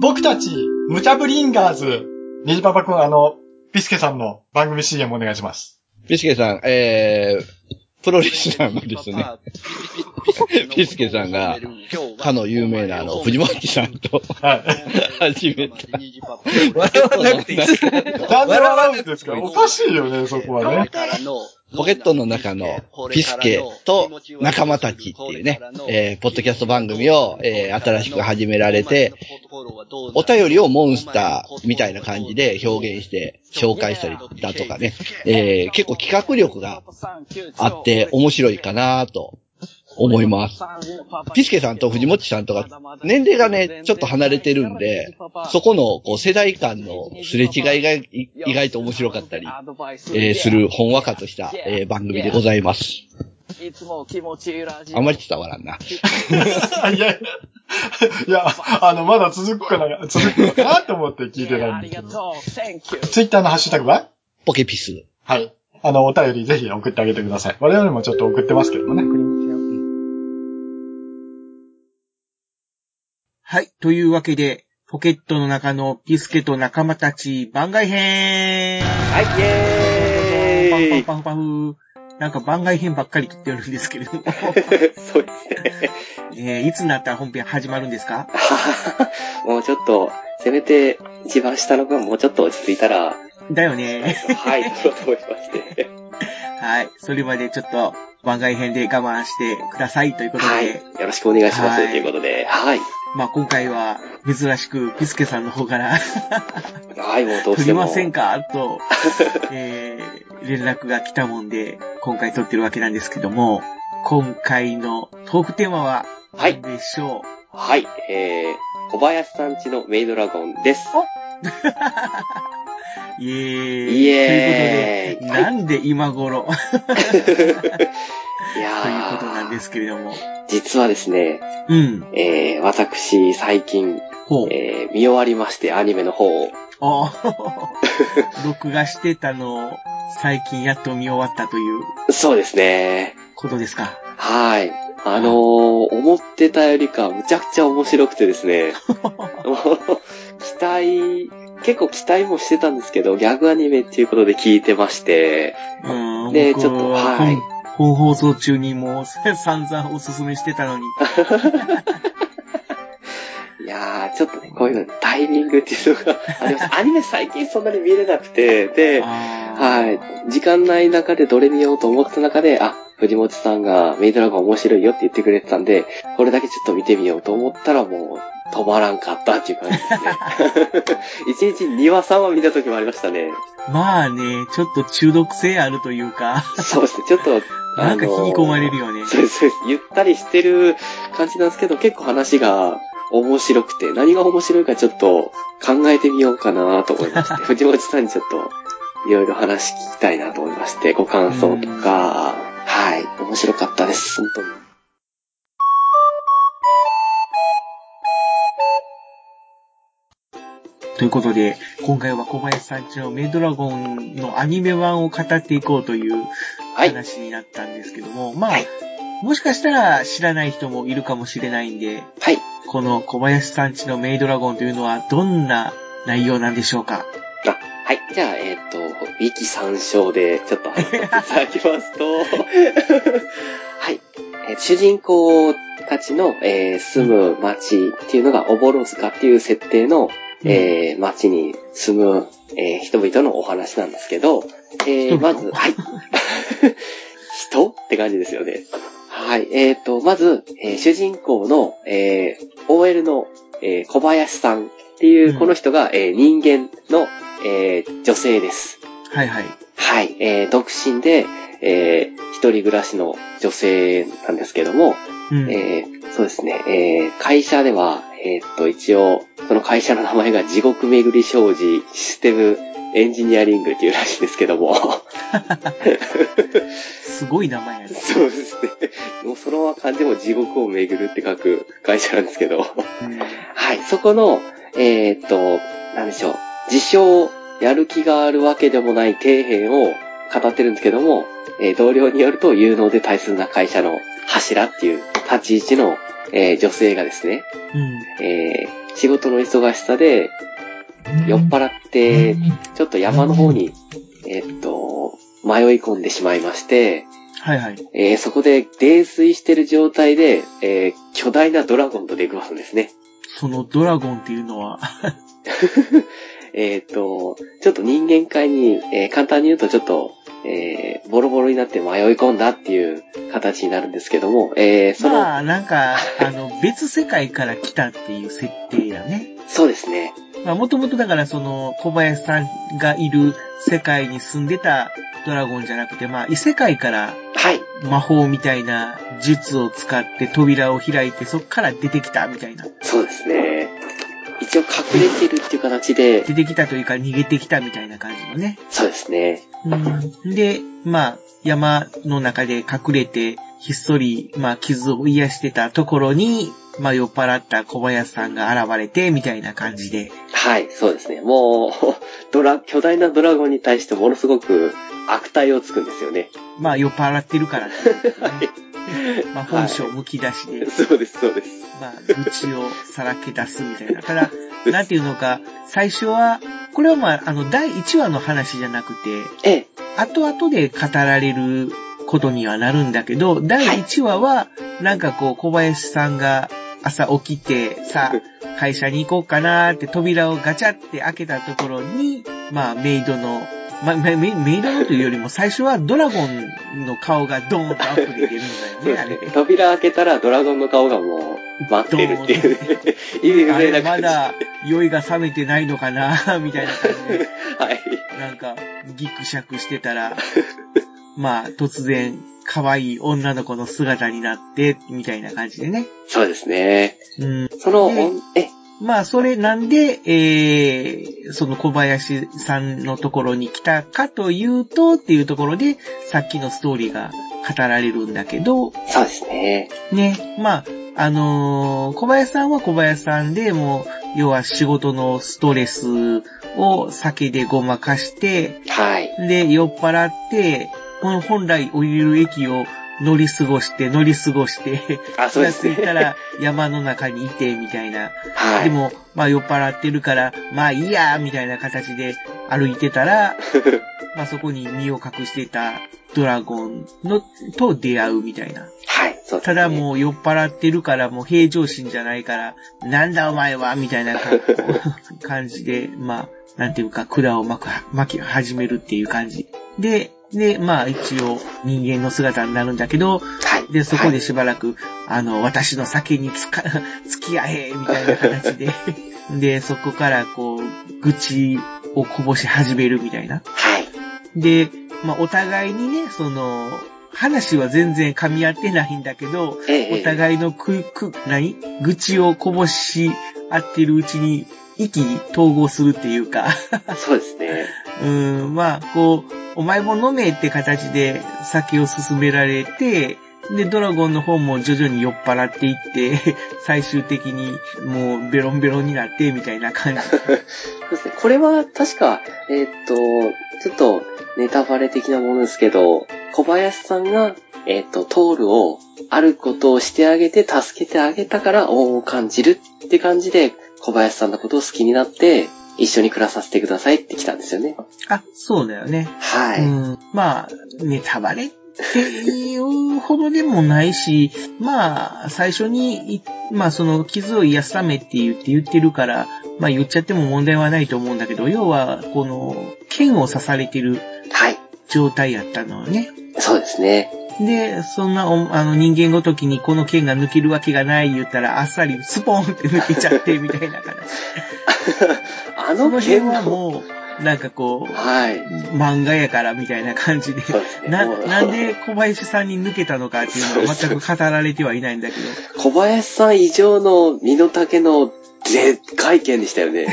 僕たち、無茶ぶりンガーズ。ニジパパくん、あの、ビスケさんの番組 CM お願いします。ビスケさん、えー、プロリスナーのですね、ピスケさんが、かの有名なあの、藤巻さんと、はい。初めて笑わなくていいですかなんで笑うんですかおかしいよね、そこはね。ポケットの中のピスケと仲間たちっていうね、えーポッドキャスト番組を、えー新しく始められて、お便りをモンスターみたいな感じで表現して紹介したりだとかね、えー結構企画力があって面白いかなと思います。ピスケさんと藤本さんとか、年齢がね、ちょっと離れてるんで、そこのこう世代間のすれ違いがい意外と面白かったり、えーする、ほんわかとした、えー番組でございます。いつも気持ちいいラジオ。あまり伝わらんな。いや、いや、あの、まだ続くかな、続くのかなって思って聞いてないあんりでがすけど。とう。Thank you. ツイッターのハッシュタグはポケピス。はい。あの、お便りぜひ送ってあげてください。我々もちょっと送ってますけどもね。はい。というわけで、ポケットの中のピスケと仲間たち番外編はい、イパフエーパイフパフパフ。なんか番外編ばっかり撮ってるんですけれども、 そうですね。えーいつになったら本編始まるんですか もうちょっと、せめて一番下の分もうちょっと落ち着いたら、だよね。はい、そうと思いまして。はい。それまでちょっと番外編で我慢してくださいということで、はい、よろしくお願いしますはいということで、はい。まあ今回は珍しくピスケさんの方からはい、もうど撮うしてりも。ませんかと、えー、連絡が来たもんで、今回撮ってるわけなんですけども、今回のトークテーマははい何でしょはい、えー、小林さんちのメイドラゴンです。う、イエーイイエーイということで、なんで今頃いやということなんー、ですけれども。実はですね、うん。えー、私、最近、ほう。えー、見終わりまして、アニメの方を。あー 録画してたのを最近やっと見終わったというそうですね。ことですか。はい。あのー、思ってたよりか、むちゃくちゃ面白くてですね。 もう期待、結構期待もしてたんですけど、ギャグアニメっていうことで聞いてまして、うーん。ね僕ちょっとははい本本放送中にもう散々おすすめしてたのに。いやー、ちょっとね、こういうのタイミングっていうのがあります。アニメ最近そんなに見れなくて、で、ははい。時間ない中でどれ見ようと思った中で、あ、藤本さんがメイドラゴン面白いよって言ってくれてたんで、これだけちょっと見てみようと思ったらもう止まらんかったっていう感じです ね。一日2話3話見た時もありまし たね。まあね、ちょっと中毒性あるというか、そうですね、ちょっと、あなのんか引き込まれるよね。そうです、そうです。 ゆったりしてる感じなんですけど、結構話が面白くて、何が面白いかちょっと考えてみようかなと思いま して、藤本さんにちょっといろいろ話聞きたいなと思いまして、ご感想とか、はい、面白かったです、本当に。ということで、今回は小林さんちのメイドラゴンのアニメ版を語っていこうというはい。話になったんですけども、まあ、はいもしかしたら知らない人もいるかもしれないんで、はい。この小林さんちのメイドラゴンというのはどんな内容なんでしょうかあはい。じゃあ、えっ、と、ウィキ参照で、ちょっと話していただきますと、 はい、えー主人公たちの、えー住む町っていうのが、おぼろ塚っていう設定の、えー町に住む、えー人々のお話なんですけど、え人ー々まず、はい。 人って感じですよね。はい。えっ、と、まず、えー主人公の、えー OL の、えー小林さんっていうう、んこの人が、えー人間の、えー女性です。はいはい。はい。えー独身で、えー一人暮らしの女性なんですけども、うん。えーそうですね、えー会社では、えーっと、一応、その会社の名前が地獄巡り障子システムエンジニアリングっていうらしいんですけ ども、すごい名前やね。そうですね。もうそのまま漢字も地獄を巡るって書く会社なんですけど、うんはい、そこの、えーっと、なんでしょう、自称、やる気があるわけでもない底辺を語ってるんですけども、えー同僚によると有能で大切な会社の柱っていう立ち位置の、えー女性がですね、うん。えー仕事の忙しさで、酔っ払って、ちょっと山の方に、えっと、迷い込んでしまいまして、はいはい。えーそこで泥酔してる状態で、えー巨大なドラゴンと出くわすんですね。そのドラゴンっていうのは、えっ、と、ちょっと人間界に、えー簡単に言うとちょっと、えーボロボロになって迷い込んだっていう形になるんですけども、えーその、まあ、なんか、あの、別世界から来たっていう設定やね。そうですね。まあ、もともとだから、その、小林さんがいる世界に住んでたドラゴンじゃなくて、まあ、異世界からはい。魔法みたいな術を使って扉を開いて、そっから出てきたみたいな。そうですね。一応隠れてるっていう形で、出てきたというか、逃げてきたみたいな感じのね。そうですね。うんで、まあ、山の中で隠れて、ひっそり、まあ、傷を癒してたところに、まあ、酔っ払った小林さんが現れて、みたいな感じで。はい、そうですね。もう、 ドラ、巨大なドラゴンに対してものすごく悪態をつくんですよね。まあ、酔っ払ってるからっていうね、まあ、本性むき出しで、そうです、そうです。まあ、愚痴をさらけ出すみたいな。ただ、なんていうのか、最初は、これはまあ、あの、第1話の話じゃなくて、ええ、後々で語られることにはなるんだけど、第1話は、なんかこう、小林さんが朝起きて、さ あ、会社に行こうかなーって扉をガチャって開けたところに、まあ、メイドの、まあ、メメメイドのというよりも、最初はドラゴンの顔がドーンとアップで出るんそだうよね、であれすでね。。扉開けたらドラゴンの顔がもう、待ってるっていうね。 意味不あ明れなま感じ。だ酔いが冷めてないのかなみたいな感じで、はい。なんかギクシャクしてたら、 まあ突然可愛い女の子の姿になって、みたいな感じでね。そうですね。うん、その、ねおんえ、まあそれなんで、えー、その小林さんのところに来たかというとっていうところで、さっきのストーリーが語られるんだけど、そうですね。ね、まあ、あのー小林さんは小林さんでもう、要は仕事のストレスを酒でごまかして、はい。で、酔っ払って、ほん本来降りる駅を乗り過ごして、乗り過ごして、あ、 そうです着いたね。ら山の中にいて、みたいな。はでい。も、まあ酔っ払ってるから、まあいいや、みたいな形で歩いてた ら、まあそこに身を隠してたドラゴンの、と出会うみたいな。はい、そうですね。ただもう酔っ払ってるから、もう平常心じゃないから、なんだお前はみたいな感感じで、 まあ、なんていうか、管を巻く、巻き始めるっていう感じ。で、で、まあ一応人間の姿になるんだけど、はい。で、そこではいしばらく、あの、私の酒につか、 付き合え、みたいな形で。 で、そこからこう、愚痴をこぼし始めるみたいな。はい。で、まあお互いにね、その、話は全然噛み合ってないんだけど、ええ、ええお互いのく、く、何愚痴をこぼし合ってるうちに、意気統合するっていうか、 そうですね。うーん、まあ、こう、お前も飲めって形で酒を勧められて、で、ドラゴンの方も徐々に酔っ払っていって、 最終的にもうベロンベロンになって、みたいな感 じ。そうですね。これは確か、えーっと、ちょっとネタバレ的なものですけど、小林さんが、えーっと、トールをあることをしてあげて、助けてあげたから恩を感じるって感じで、小林さんのことを好きになって、一緒に暮らさせてくださいって来たんですよね。あ、そうだよね。はい。うん、まあ、ネタバレっていうほどでもないし、まあ、最初にい、まあ、その、傷を癒すためって言って言ってるから、まあ、言っちゃっても問題はないと思うんだけど、要は、この、剣を刺されてるはい。状態やったのよね。そうですね。 で、そんなお、あの、人間ごときにこの剣が抜けるわけがない言ったら、あっさりスポンって抜けちゃって、みたいな形。あそのの辺件はも、もう、なんかこう、はい。漫画やからみたいな感じでそうです、ねな、もうなんで小林さんに抜けたのかっていうのは全く語られてはいないんだけど、小林さん以上の身の丈のでっかい剣でした よね。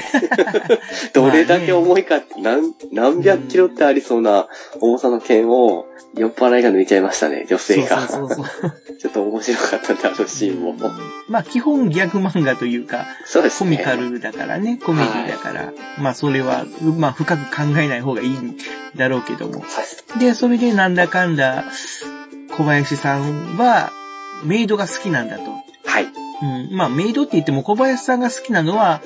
どれだけ重いかって、何、何百キロってありそうな重さの剣を、酔っ払いが抜いちゃいましたね、女性が。そうそうそうそう。ちょっと面白かったんで、あのシーンも。まあ基本ギャグ漫画というか、そうですコミね。カ。ルだからね、コメディだから、まあそれは、まあ深く考えない方がいいんだろうけども。そうです。で、それでなんだかんだ、小林さんは、メイドが好きなんだと。はい。うん、まあ、メイドって言っても小林さんが好きなのは、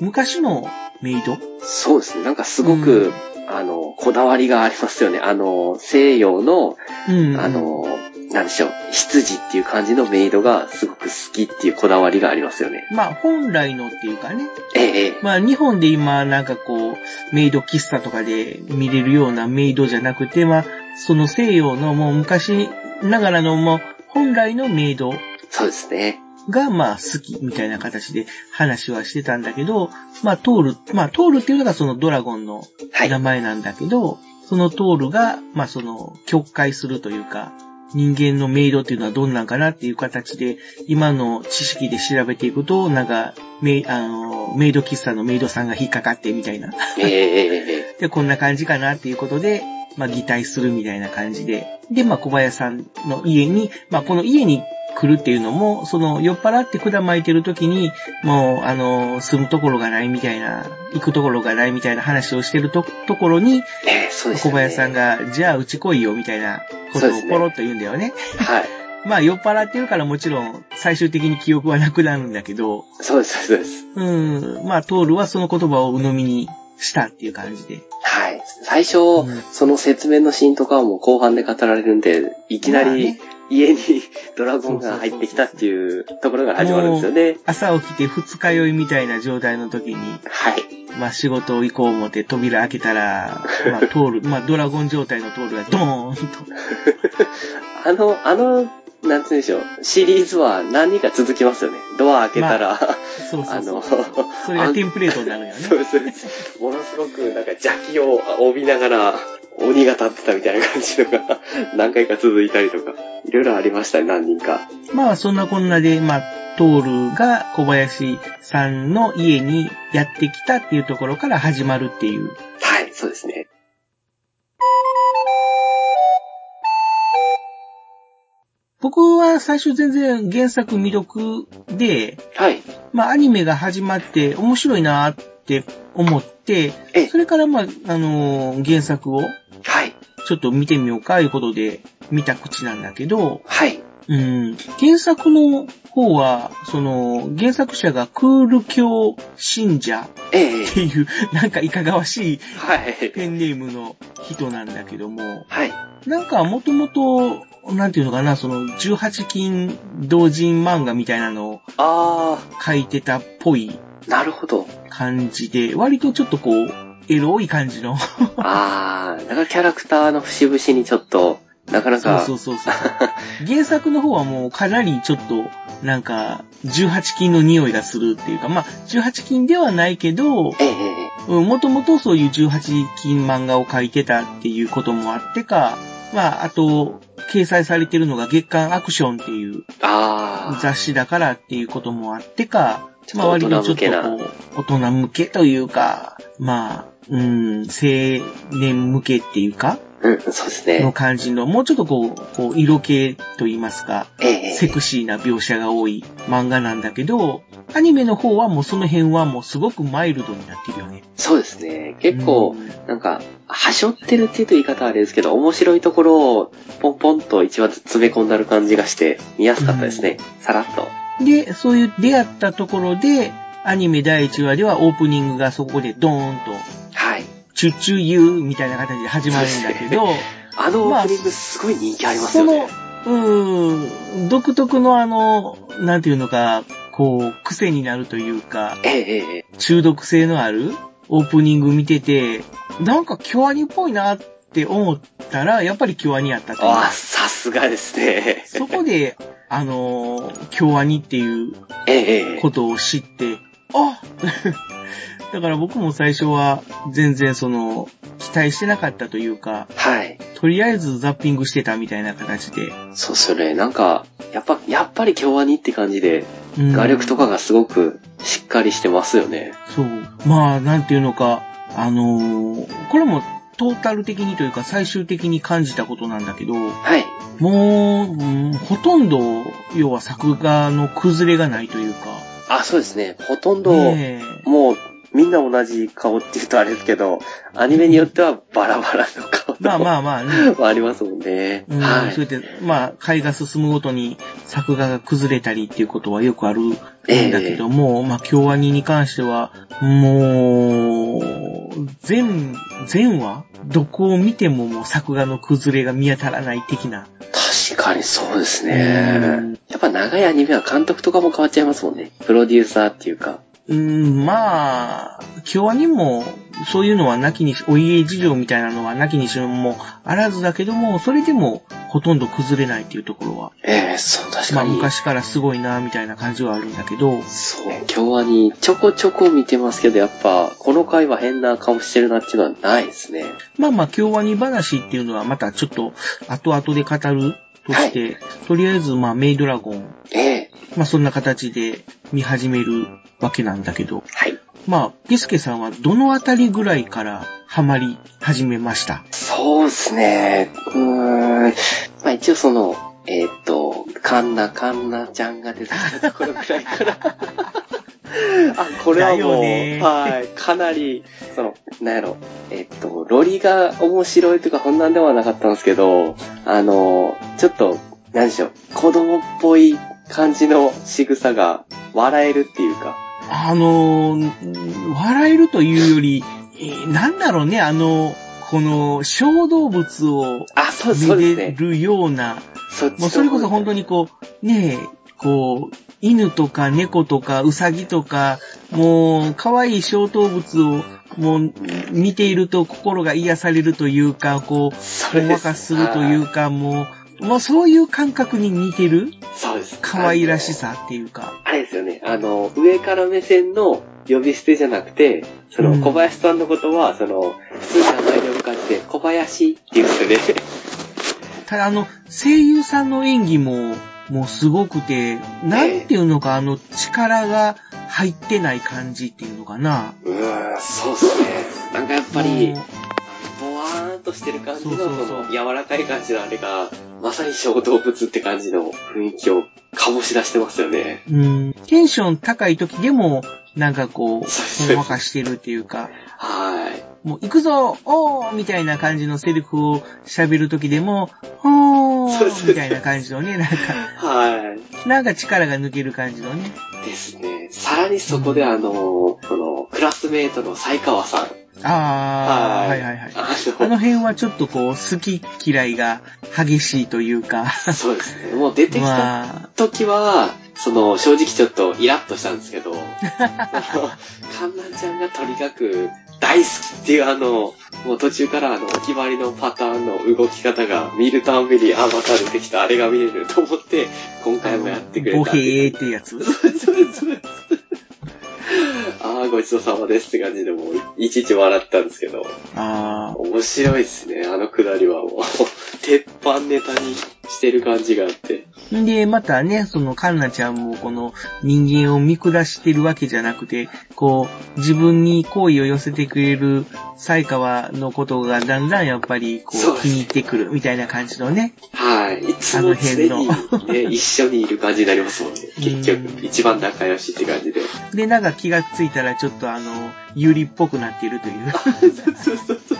昔のメイドそうですね。なんかすごく、うんあの、こだわりがありますよね。あの、西洋の、うん。あの、なんでしょう、羊っていう感じのメイドがすごく好きっていうこだわりがありますよね。まあ、本来のっていうかね。ええええ、まあ、日本で今、なんかこう、メイド喫茶とかで見れるようなメイドじゃなくて、まあ、その西洋のもう昔ながらのもう、本来のメイドそうですね。が、まあ、好きみたいな形で話はしてたんだけど、まあ、トール、まあ、トールっていうのがそのドラゴンのはい。名前なんだけど、そのトールが、まあ、その、曲解するというか、人間のメイドっていうのはどんなんかなっていう形で、今の知識で調べていくと、なんか、メイ、あの、メイド喫茶のメイドさんが引っかかってみたいな。 ええええええ、で、こんな感じかなっていうことで、まあ、擬態するみたいな感じで。で、まあ、小林さんの家に、まあ、この家に来るっていうのも、その、酔っ払って管巻いてる時に、もう、あの、住むところがないみたいな、行くところがないみたいな話をしてると、ところに、ええそうです小ね。林さん。が、じゃあ、うち来いよ、みたいなことそうでをすねポロッと言うんだよね。はい。まあ、酔っ払ってるからもちろん、最終的に記憶はなくなるんだけど、そうです、そうです。うん、まあ、トールはその言葉を鵜呑みにしたっていう感じで。はい。最初、んその説明のシーンとかはもう後半で語られるんで、いきなまありね家に ドラゴンが入ってきたっていうところから始まるんですよね。朝起きて二日酔いみたいな状態の時に、はい。まあ仕事行こう思って扉開けた ら、まあ通る、まあドラゴン状態の通るがドーンと。あの、あの、なんつうんでしょう、シリーズは何人か続きますよね。ドア開けたら、そう そあ、うそのう。、それがテンプレートになるよそうね。ですそうです。 ものすごく、なんか邪気を帯びながら、鬼が立ってたみたいな感じのが、何回か 続いたりとか、いろいろありましたね、何人か。まあそんなこんなで、まあ通るが小林さんの家にやってきたっていうところから始まるっていう。はい、そうですね。僕は最初全然原作魅力で、はい。まあアニメが始まって面白いなって思ってええ、それからまあ、あのー原作をはい。ちょっと見てみようか、いうことで見た口なんだけど、はい。うん、原作の方は、その、原作者がクール教信者ええっていう、なんかいかがわしいはい。ペンネームの人なんだけども、はい。なんかもともと、なんていうのかな、その、18禁同人漫画みたいなのをあ書いてたっぽいー、なるほど。感じで、割とちょっとこう、エロい感じの、あー、なんかキャラクターの節々にちょっと、なかなそうか、そうそうそう。原作の方はもうかなりちょっと、なんか、18禁の匂いがするっていうか、まあ、18禁ではないけど、ええええうん、もともとそういう18禁漫画を描いてたっていうこともあってか、まあ、あと、掲載されてるのが月刊アクションっていうあー、雑誌だからっていうこともあってか、ちまあょっ割とと大人ちょ向っとけな。こう、大人向けというか、まあ、うん、青年向けっていうか、うん、そうですのね。感じの、もうちょっとこう、こう、色系と言いますか、ええセクシーな描写が多い漫画なんだけど、アニメの方はもうその辺はもうすごくマイルドになってるよね。そうですね。結構う、んなんか、はしょってるっていうと言い方はあれですけど、面白いところをポンポンと一話ずつ詰め込んだる感じがして、見やすかったですね。さらっと。で、そういう出会ったところで、アニメ第1話ではオープニングがそこでドーンと、はい。チュッチュユーみたいな形で始まるんだけど、あのオまあープニングすごい人気ありますそよのね。、 うーん、独特のあの、なんていうのか、こう、癖になるというか、ええええええ中毒性のあるオープニング見てて、なんか京アニっぽいなって思ったら、やっぱり京アニやったというああ、さすがですね。そこで、あのー、京アニっていうええええことを知って、あ だから僕も最初は全然その、期待してなかったというか、はい。とりあえずザッピングしてたみたいな形で。そうっすよね。なんか、やっぱ、やっぱり京アニって感じで、うん画力とかがすごくしっかりしてますよね。そう。まあ、なんていうのか、あのーこれもトータル的にというか最終的に感じたことなんだけど、はい。もう、うんほとんど、要は作画の崩れがないというか。あ、そうですね。ほとんど、ねえもう、みんな同じ顔って言うとあれですけど、アニメによってはバラバラの顔っまあまあまあね。ありますもんね。うん、はい。そうやって、まあ、絵が進むごとに作画が崩れたりっていうことはよくあるんだけども、まあ、京アニに関しては、もう、全、全話どこを見てももう作画の崩れが見当たらない的な。確かにそうですうんね。やっぱ長いアニメは監督とかも変わっちゃいますもんね。プロデューサーっていうか。うん、まあ、京アニも、そういうのはなきにし、お家事情みたいなのはなきにしもあらずだけども、それでもほとんど崩れないっていうところは、ええそう、確まかあに。昔からすごいな、みたいな感じはあるんだけど、そう、京アニちょこちょこ見てますけど、やっぱ、この回は変な顔してるなっていうのはないですね。まあまあ、京アニ話っていうのはまたちょっと後々で語るとして、とりあえずまあ、メイドラゴン、ええまあそんな形で見始めるわけなんだけど、はい。まあ、ゲスケさんはどのあたりぐらいからハマり始めましたそうですね。うーん。まあ一応その、えーっと、カンナ、カンナちゃんが出てきたところくら いから。あ、これはだよもう、ねはい、かなり、その、なんやろ、えーっと、ロリが面白いとか、こんなんではなかったんですけど、あの、ちょっと、なんでしょう、子供っぽい感じの仕草が笑えるっていうか、あのー、笑えるというより、えーなんだろうね、あの、この小動物をあ、そう、そうで見すれね。るような、そっちもうそれこそ本当に。にこう、ねえ、こう、犬とか猫とかウサギとか、もう、可愛い小動物を、もう、見ていると心が癒されるというか、こう、そほれんでわすかするというか、もう、もうそういう感覚に似てるそうです。可愛らしさっていうか。あれですよね、あの、上から目線の呼び捨てじゃなくて、そうんの、小林さんのことは、その、普通に名前で呼ぶ感じで、小林って言うんですよね。ただあの、声優さんの演技も、もうすごくて、なんていうのか、あの、力が入ってない感じ っていうのかな。うーん、そうっすね。なんかやっぱもりう、ぼわーんとしてる感じの、そそうそうそうの、柔らかい感じのあれが、まさに小動物って感じの雰囲気を醸し出してますよね。うん、テンション高い時でも、なんかこう、そうそうほんわかしてるっていうか、はもう行くぞおーみたいな感じのセリフを喋る時でも、おそうそーうみたいな感じのね、なんい。か、はい。なんか力が抜ける感じのね。ですね。さらにそこであの、この、クラスメートの才川さん。あー、はいはいはい。ああの辺はちょっとこう、好き嫌いが激しいというか、の、そうですね。もう出てきたまあ、時は、その、正直ちょっとイラッとしたんで すけど、その観覧ちゃんがとにかく大好きっていうあの、もう途中からあの、お決まりのパターンの動き方が見るたんびに、あ、また出てきた、あれが見れると思って、今回もやってくれ語た。弊ってやつ。そうですそうですああ、ごちそうさまですって感じでもうい、いちいち笑ったんですけど、あ面白いですね、あのくだりはもう、鉄板ネタにしてる感じがあって。ーで、またね、その、カンナちゃんもこの人間を見下してるわけじゃなくて、こう、自分に好意を寄せてくれる才川のことがだんだんやっぱり、こそうでう、す気に入ってくるみたいな感じのね。はい。いつあのも辺常のに、ね、一緒にいる感じになりますもんね。結うん局、一番仲良しって感じで。で、なんか気がついたらちょっとあの、ユリっぽくなっているという。そうそうそうそう。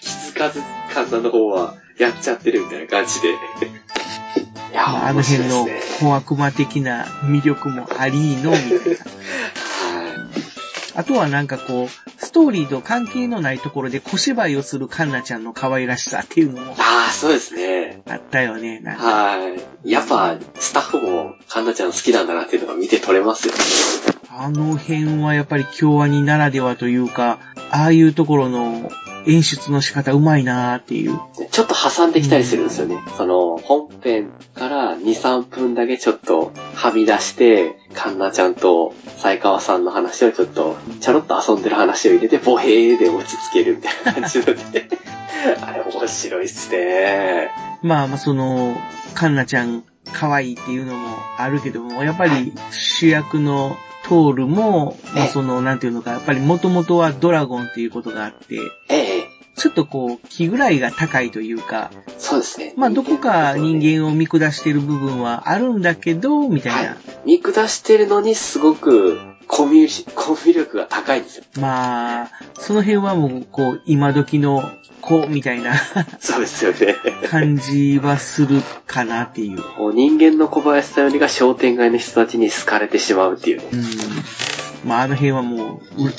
気づかず、神田の方は、やっちゃってるみたいな感じで。 いまあ、あの辺やー、面白いですのね。小悪魔的な魅力もありの、みたいな。はい。あとはなんかこう、ストーリーと関係のないところで小芝居をするカンナちゃんの可愛らしさっていうのもああ、そうですね。あったよね。なんかはい。やっぱ、スタッフも、神田ちゃん好きなんだなっていうのが見て取れますよね。あの辺はやっぱり京アニならではというか、ああいうところの演出の仕方うまいなーっていう。ちょっと挟んできたりするんですよね。その、本編から2、3分だけちょっとはみ出して、カンナちゃんと才川さんの話をちょっと、ちょろっと遊んでる話を入れて、ボヘーで落ち着けるみたいな感じなの で。あれ面白いっすね。まあまあその、カンナちゃん可愛いっていうのもあるけども、やっぱり主役のトールも、まあその、なんていうのか、やっぱり元々はドラゴンっていうことがあって、ええ、ちょっとこう、気ぐらいが高いというか、そうですね。まあ、どこか人間を見下してる部分はあるんだけど、みたいな。見下してるのにすごくコミュ、コミュ力が高いんですよ。まあ、その辺はもう、こう、今時の子みたいなそうです よね。感じはするかなっていう。もう人間の小林さんよりが商店街の人たちに好かれてしまうっていう。うん。まあ、あの辺はもう、う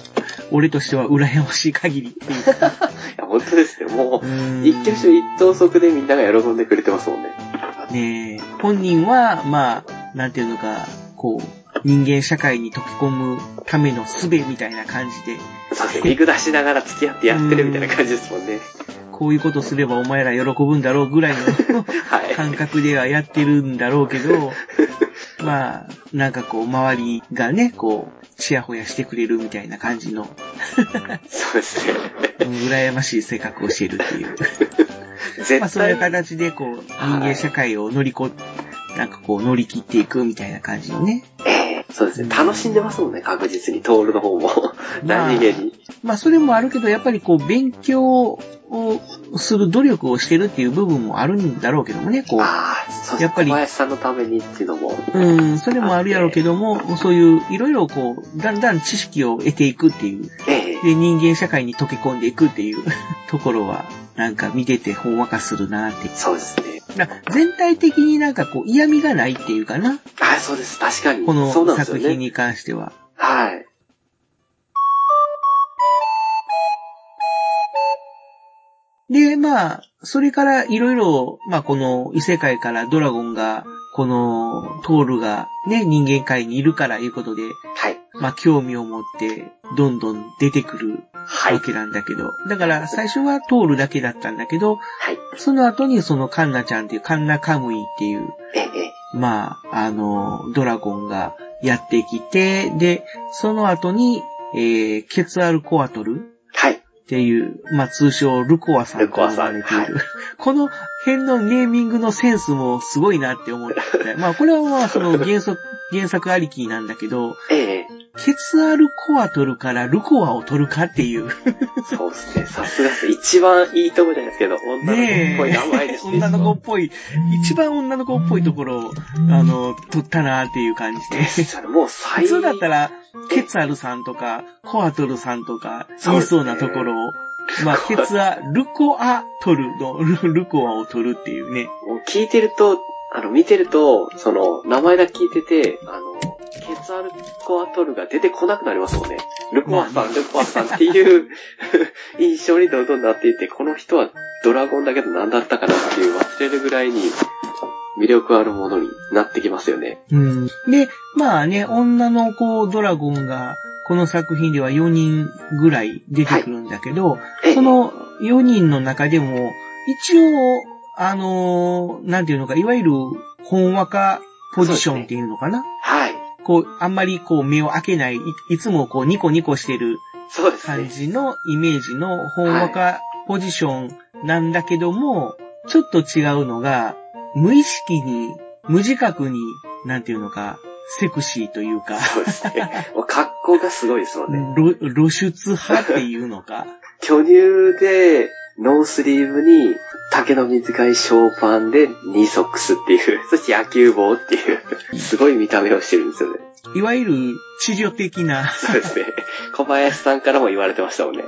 俺としては羨ましい限りっていうか。いや、本当ですね。もうう、ん一挙手一投足でみんなが喜んでくれてますもんね。ねえ、本人は、まあ、なんていうのか、こう、人間社会に溶け込むための術みたいな感じで、そうですね。見下しながら付き合ってやってるみたいな感じですもんね。こういうことすればお前ら喜ぶんだろうぐらい のはい。感覚ではやってるんだろうけど、まあ、なんかこう、周りがね、こう、チヤホヤしてくれるみたいな感じの、そうですね。うん羨ましい性格をしてるっていう。絶まあ、対そういう形で、こう、人間社会を乗りこ、なんかこう、乗り切っていくみたいな感じのね。そうですね。楽しんでますもんね、確実に。トールの方も。まあ何気に。まあ、それもあるけど、やっぱりこう、勉強をする努力をしてるっていう部分もあるんだろうけどもね、こう。ああ、そうでやっすね。ぱり小林さんのためにっていうのも。うん、それもあるやろうけども、そういう、いろいろこう、だんだん知識を得ていくっていう。ええで、人間社会に溶け込んでいくっていう ところは、なんか見ててほんわかするなって。そうですね。な全体的になんかこう、嫌味がないっていうかな。はい、そうです。確かに。このそうなんです作よ品ね。に関しては。はい。で、まあ、それからいろいろ、まあこの異世界からドラゴンが、このトールがね、人間界にいるからいうことで、はい。まあ興味を持って、どんどん出てくるはいわ。けなんだけど、だから最初はトールだけだったんだけど、はい。その後にそのカンナちゃんっていう、カンナカムイっていう、ええまあ、あの、ドラゴンがやってきて、で、その後に、えー、ケツアルコアトルはい。っていう、まあ、通称、ルコアさんと呼ばれていルコアさんる。 この辺のネーミングのセンスもすごいなって思って。 まあ、これはまあ、その原作、 原作ありきなんだけど、ええケツアルコアトルからルコアを取るかって いう、そうですね。さすがです。一番いいとこじゃないですけど、女の子っねぽい名前でえ、すね。女の子っぽい、一番女の子っぽいところを、あの、取ったなっていう感じで。 そうですねもう最普通だったら。ら、ケツアルさんとか、コアトルさんとか、そう言でいすそねうなところを、まあ、ケツア、ルコアトルの、ルルコアを取るっていうね。もう聞いてると、あの、見てると、その、名前だけ聞いてて、あの、ケツアルコアトルが出てこなくなりますもんね。ルコアさん、ルコアさんっていう 印象にどんどんなっていて、この人はドラゴンだけど何だったかなっていう忘れるぐらいに魅力あるものになってきますよね。うん。で、まあね、女の子ドラゴンが、この作品では4人ぐらい出てくるんだけど、その4人の中でも、一応、あのーなんていうのか、いわゆる、ほんわかポジションっていうのかな、はい。こう、あんまりこう目を開けない、いいつもこうニコニコしてるそうです感ね。じのイメージのほんわかポジションなんだけども、ちょっと違うのが、無意識に、無自覚に、なんていうのか、セクシーというか、そうですね。もう格好がすごいですもんね。露露出派っていうのか、巨乳で、ノースリーブに、竹の短いショーパンで、ニーソックスっていう、 そして野球帽っていう、すごい見た目をしてるんですよね。いわゆる治療的な、そうです ね。小林さんからも言われてましたもんね。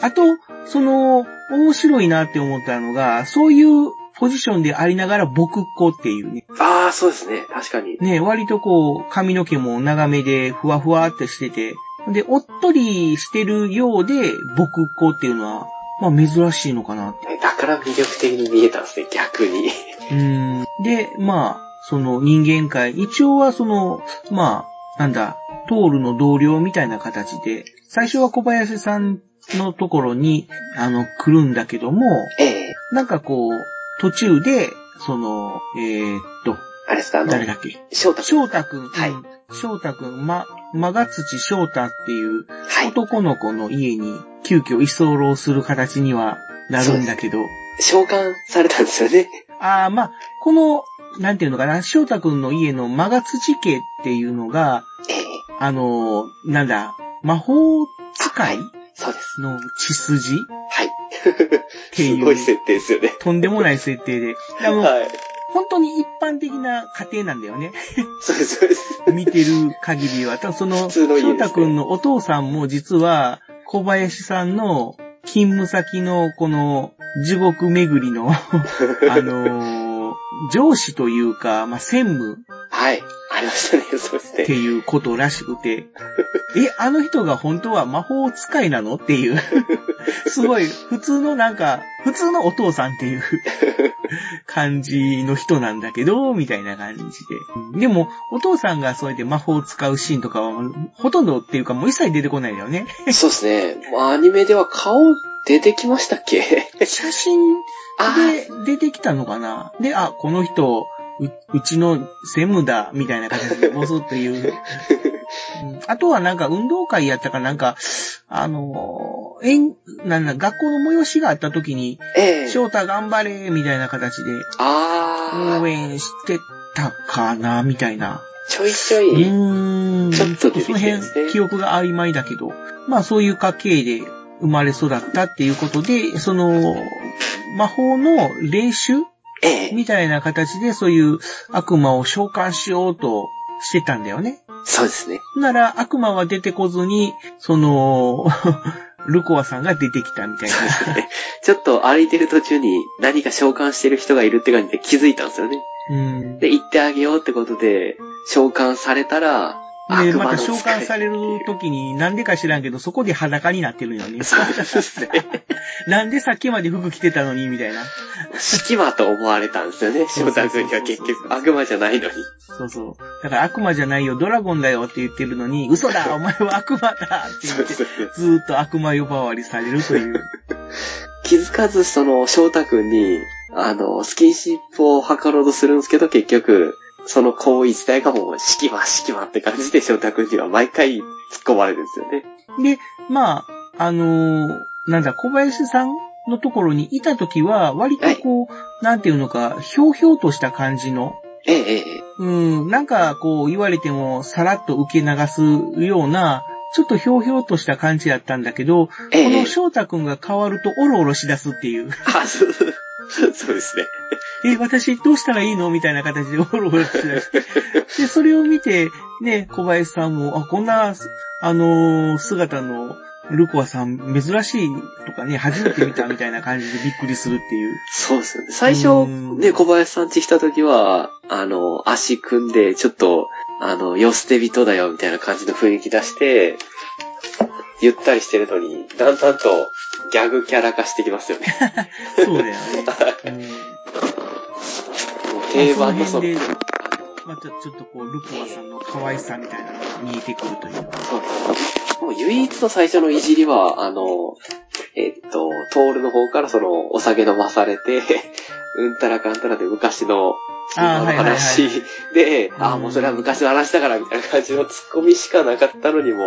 あと、その、面白いなって思ったのが、そういうポジションでありながら僕っ子っていうね、ああ、そうですね。確かに。ね、割とこう、髪の毛も長めで、ふわふわってしてて、で、おっとりしてるようで、僕っ子っていうのは、まあ珍しいのかなって。だから魅力的に見えたんですね、逆に。うーん。で、まあ、その人間界、一応はその、まあ、なんだ、トールの同僚みたいな形で、最初は小林さんのところに、あの、来るんだけども、ええなんかこう、途中で、その、えーっと、あれですか、あの、誰だっけ翔太翔君。太くん。はいうん。翔太くん、ま、まがつち翔太っていうはい。男の子の家に急遽居候する形にはなるんだけど、召喚されたんですよね。ああ、まあ、この、なんていうのかな、翔太くんの家のまがつち家っていうのが、ええあのーなんだ、魔法使いそうです。の血筋っはい。てすい、ごいう設定ですよね。 とんでもない設定で、あの、はい。本当に一般的な家庭なんだよね。そうです、そう です。見てる限りは。ただその、普通の家です翔ね太くんのお父さんも実は、小林さんの勤務先のこの地獄巡り の、あのー上司というか、まあ、専務はい。ありましたね、そうですっねて。いうことらしくて、え、あの人が本当は魔法使いなのって いう、すごい普通のなんか、普通のお父さんっていう感じの人なんだけど、みたいな感じで。でも、お父さんがそうやって魔法を使うシーンとかは、ほとんどっていうかもう一切出てこないよね。そうですね。まあ、アニメでは顔出てきましたっ け写真あで出てきたのかなで、あ、この人、う、うちの専務だ、みたいな形でボソッと言う。うんあとはなんか運動会やったかなんか、あのー、えん、なんだ、学校の催しがあった時に、あ、ええ翔太頑張れ、みたいな形であ応あ、援してたかな、みたいな。ちょいちょうい。ーん。ちょっと出てそきのてるんですね辺、記憶が曖昧だけど、まあそういう家系で生まれ育ったっていうことで、その、魔法の練習ええみたいな形でそういう悪魔を召喚しようとしてたんだよね。そうですね。なら悪魔は出てこずに、その、 ルコアさんが出てきたみたいな。 ちょっと歩いてる途中に何か召喚してる人がいるって感じで気づいたんですよね。うん。で、行ってあげようってことで、召喚されたら、で、悪魔まのた使召い喚される時に、なんでか知らんけど、そこで裸になってるよ ね。そうで すね。なんでさっきまで服着てたのに、みたいな。隙間と思われたんですよね、翔太君には結局。悪魔じゃないのに。 そうそう。だから悪魔じゃないよ、ドラゴンだよって言ってるのに、嘘だお前は悪魔だって言そうっでて、すずね。ーっと悪魔呼ばわりされるという。気づかず、その、翔太君に、あの、スキンシップを図ろうとするんですけど、結局、その行為自体がもう、敷間、敷間って感じで翔太君には毎回突っ込まれるんですよね。で、まあ、あのーなんだ、小林さんのところにいた時は、割とこう、なんていうのか、ひょうひょうとした感じの、ええ、ええええ、うん、なんかこう言われてもさらっと受け流すような、ちょっとひょうひょうとした感じだったんだけど、こええええの。翔太くんが変わるとオロオロしだすっていう。あ、そう、そうですね。え、私どうしたらいいのみたいな形でオ ロオロしだして。で、それを見て、ね、小林さんも、あ、こんな、あのー姿の、ルコアさん珍しいとかね、初めて見たみたいな感じでびっくりするっていう。そうですよね。最う初、んね、小林さんち来た時は、あの、足組んで、ちょっと、あの、よ捨て人だよ、みたいな感じの雰囲気出して、ゆったりしてるのに、だんだんとギャグキャラ化してきますよね。 そうだよね。うんもう定番のそその辺の、でまたちょっとこう、ルコアさんの可愛さみたいなのが見えてくるという。そうですもう唯一の最初のいじりは、あの、えっと、トールの方からその、お酒飲まされて、 うんたらかんたらで昔の、あー今はのいはいはい話で、あうーんもうそれは昔の話だからみたいな感じのツッコミしかなかったのにも、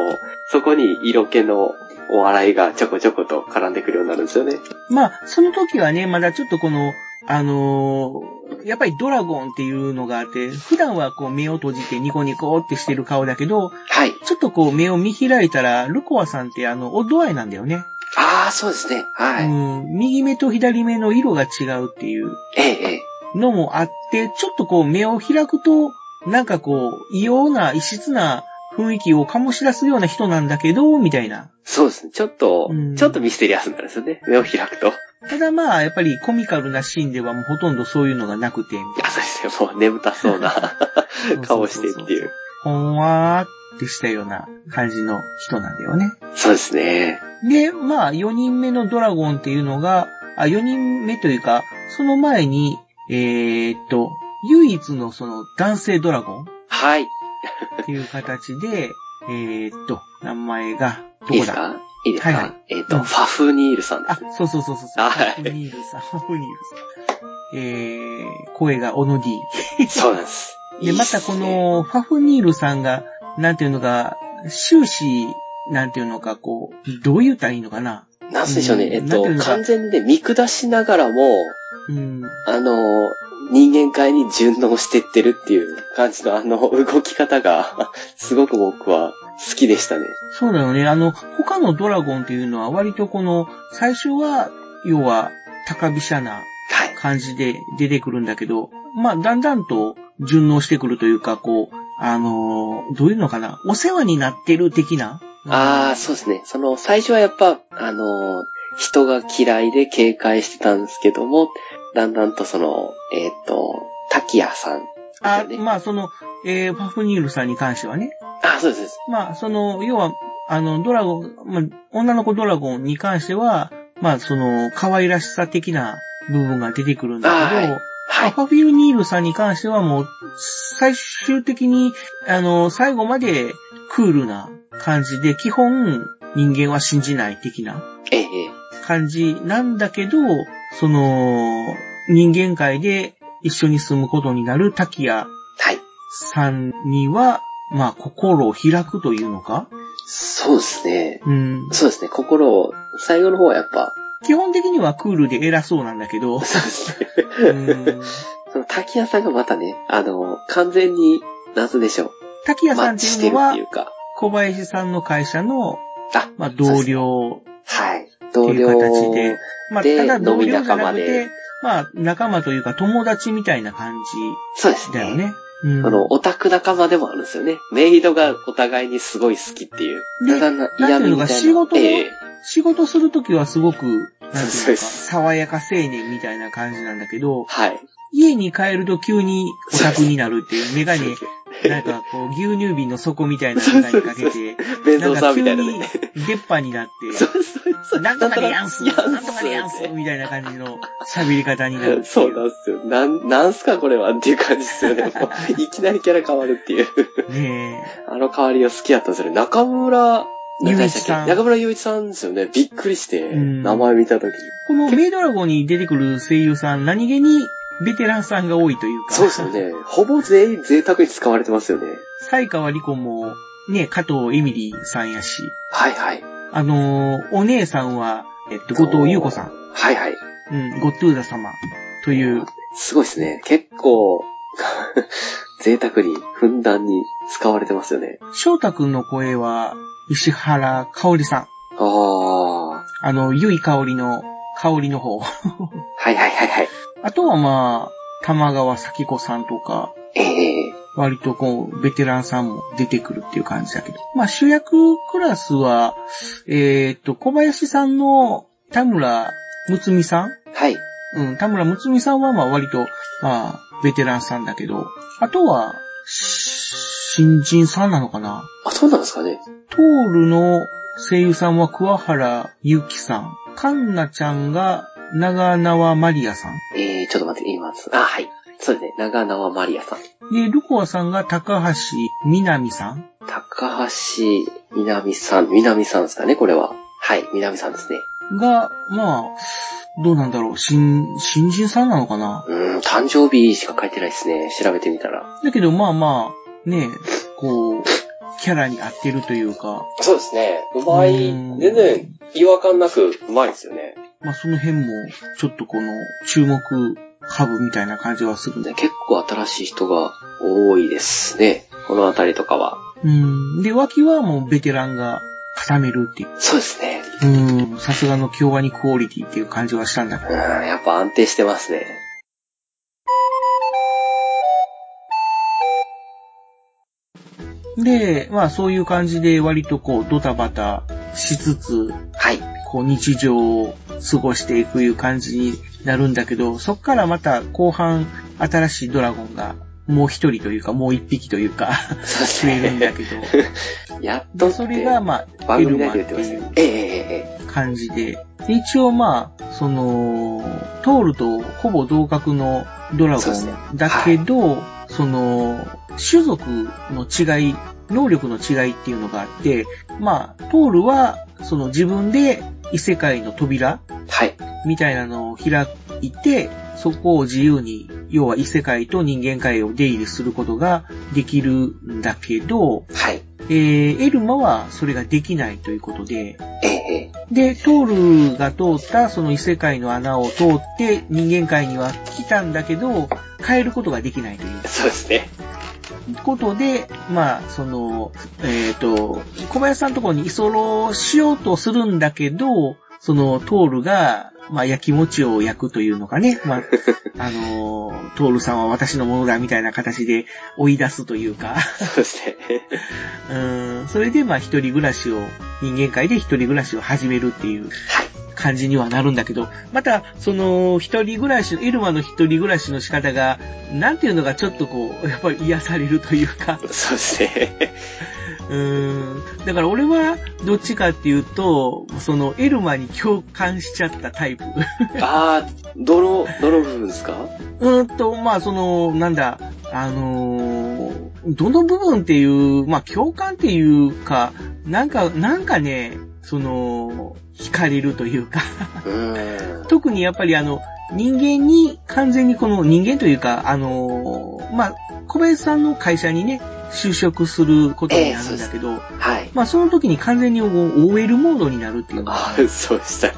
そこに色気のお笑いがちょこちょこと絡んでくるようになるんですよね。まあ、その時はね、まだちょっとこの、あのーやっぱりドラゴンっていうのがあって、普段はこう目を閉じてニコニコってしてる顔だけど、はい。ちょっとこう目を見開いたら、ルコアさんってあの、お度合いなんだよね。ああ、そうですね。はい。うん、右目と左目の色が違うっていうええ、ええ。のもあって、ちょっとこう目を開くと、なんかこう、異様な、異質な雰囲気を醸し出すような人なんだけど、みたいな。そうですね。ちょっとうん、ちょっとミステリアスなんですよね。目を開くと。ただまあ、やっぱりコミカルなシーンではもうほとんどそういうのがなくて、みたいなあ、そうですね。もう眠たそう な顔してっていう。ほんわーってしたような感じの人なんだよね。そうですね。で、まあ、4人目のドラゴンっていうのが、あ、4人目というか、その前に、えーっと、唯一のその男性ドラゴンはい。っていう形で、えーっと、名前が、どいいこですだかいいですか、はいはいえっ、うと、んファフニールさんであす。、そうそうそうそうそう。はいファフニールさん、ファフニールさん。えー、声がオノディ。そうなんです。で、いいまっすたねこ、の、ファフニールさんが、なんていうのか、終始、なんていうのか、こう、どう言ったらいいのかな。なんすでしょうね。うんえっ、なんていうと、のか完全で見下しながらも、うん。あの、人間界に順応してってるっていう感じのあの動き方が、 すごく僕は好きでしたね。そうだよね。あの、他のドラゴンっていうのは割とこの、最初は、要は、高飛車なはい。感じで出てくるんだけど、まあ、だんだんと順応してくるというか、こう、あのーどういうのかな、お世話になってる的な。ああ、そうですね。その、最初はやっぱ、あのー人が嫌いで警戒してたんですけども、だんだんとその、えっ、と、滝谷さん。あねまあ、その、えー、パフニールさんに関してはね、あそうです。そうですまあ、その、要は、あの、ドラゴン、まあ、女の子ドラゴンに関しては、まあ、その、可愛らしさ的な部分が出てくるんだけど、あーはアい。ファフィル・ニールさんに関してはもう、最終的に、あの、最後までクールな感じで、基本人間は信じない的なええええ感じなんだけど、その、人間界で一緒に住むことになる滝谷はい。さんには、まあ、心を開くというのかそうですね。うん。そうですね。心を、最後の方はやっぱ、 基本的にはクールで偉そうなんだけど、そうですね。 うん。 その滝屋さんがまたね、あの、完全に、謎でしょ滝う。谷マさんッっチてしいてうるのっはてい、うか。小林さんの会社の、あ、まあ、そう同ですね。僚はい。っ同てい僚う形で、まあ、でただ同僚じゃな飲み仲間くでて、まあ、仲間というか友達みたいな感そうですじね。だよね。うんあの、オタク仲間でもあるんですよね。メイドがお互いにすごい好きっていう。でだんだなんんていうのか仕事のええ仕事するときはすごく、なんていうそのうか、です爽やか青年みたいな感じなんだけど、はい。家に帰ると急にオタクになるっていう、メガネ、なんかこう、牛乳瓶の底みたいなのにかけて、弁なん当さかんみ急たいなねに。出っ歯になっそて、うそうそう。なんとかでやんす、なんとかでねやんす、みたいな感じの喋り方になるっていう。 そうなんですよ。なん、なんすかこれはっていう感じです よね。もういきなりキャラ変わるっていう。ねあの変わりが好きだったんですよね。中村、雄一さん何でしたっけ中村雄一さんですよね。びっくりして、ん名前見たときに。え。このメイドラゴンに出てくる声優さん、何気にベテランさんが多いというか、そうですよ ね。ほぼ全員贅沢に使われてますよね。才川莉子も、ね、加藤エミリーさんやし、はいはい。あのーお姉さんは、えっと、後藤優子さん、はいはい。うん、ゴッドゥーダ様という、すごいですね。結構、 贅沢に、ふんだんに使われてますよね。翔太くんの声は、石原香織さん、ああ。はあの、ゆい香織の、香織の方。いはいはいはい。あとはまあ、玉川咲子さんとか、ええ割とこう、ベテランさんも出てくるっていう感じだけど。まあ主役クラスは、えーっと、小林さんの田村睦美さんはい。うん、田村睦美さんはまあ割と、まあ、ベテランさんだけど、あとは、し新人さんなのかなあ、そうなんですかね。トールの声優さんは桑原ゆきさん。カンナちゃんが長縄マリアさん。ええちょっと待って、言います。あ、はい。そうですね。長縄マリアさん。で、ルコアさんが高橋みなみさん。高橋みなみさん、みなみさんですかね、これは。はい、みなみさんですね。が、まあ、どうなんだろう、新、新人さんなのかなうーん、誕生日しか書いてないですね。調べてみたら。だけど、まあまあ、ねこう、キャラに合ってるというか、そうですね。うまいうん全然違和感なくうまいですよね。まあその辺も、ちょっとこの、注目株みたいな感じはするんだで結構新しい人が多いですね。このあたりとかは。うん。で、脇はもうベテランが固めるっていう。そうですね。うん。さすがの京アニクオリティっていう感じはしたんだけうど。ん、やっぱ安定してますね。で、まあそういう感じで割とこう、ドタバタしつつ、はい。こう日常を過ごしていくいう感じになるんだけど、そっからまた後半新しいドラゴンがもう一人というかもう一匹という かそうです増えるん だね。けど、やっでとってそれがまあ番エ組ルマ内っでて言ってましたいねう。えええええ感じで、で一応まあ、その、トールとほぼ同格のドラゴそうですねンだけど、その、種族の違い、能力の違いっていうのがあって、まあ、トールは、その自分で異世界の扉えはい。みたいなのを開いて、そこを自由に、要は異世界と人間界を出入りすることができるんだけど、はい。えー、エルマはそれができないということで、ええええで、トールが通ったその異世界の穴を通って人間界には来たんだけど、変えることができないというそうですね。ことで、まあ、その、えっ、と、小林さんのところに居候しようとするんだけど、その、トールが、まあ、焼き餅を焼くというのかね、まあ、あのー、トールさんは私のものだみたいな形で追い出すというか、 そうですね。うん、それでまあ、一人暮らしを、人間界で一人暮らしを始めるっていう感じにはなるんだけど、また、その、一人暮らしの、イルマの一人暮らしの仕方が、なんていうのがちょっとこう、やっぱり癒されるというか、そうですね。うーん。だから俺は、どっちかっていうと、その、エルマに共感しちゃったタイプ。あー、どの、どの部分ですかうーん と、まあ、その、なんだ、あのーどの部分っていう、まあ、共感っていうか、なんか、なんかね、その、惹かれるというか、 うーん。特にやっぱりあの、人間に、完全にこの人間というか、あのーまあ、小林さんの会社にね、就職することになるんだけど、はい。まあその時に完全にこう OL モードになるっていうのあかー、そうでしたね。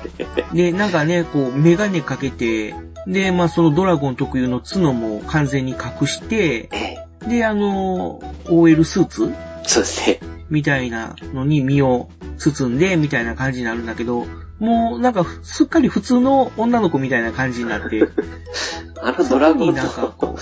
で、なんかね、こう、メガネかけて、で、まあそのドラゴン特有の角も完全に隠して、ええ、で、あの、OL スーツそうですね。みたいなのに身を包んで、みたいな感じになるんだけど、もうなんかすっかり普通の女の子みたいな感じになって、あの ドラゴそこにンなんかの、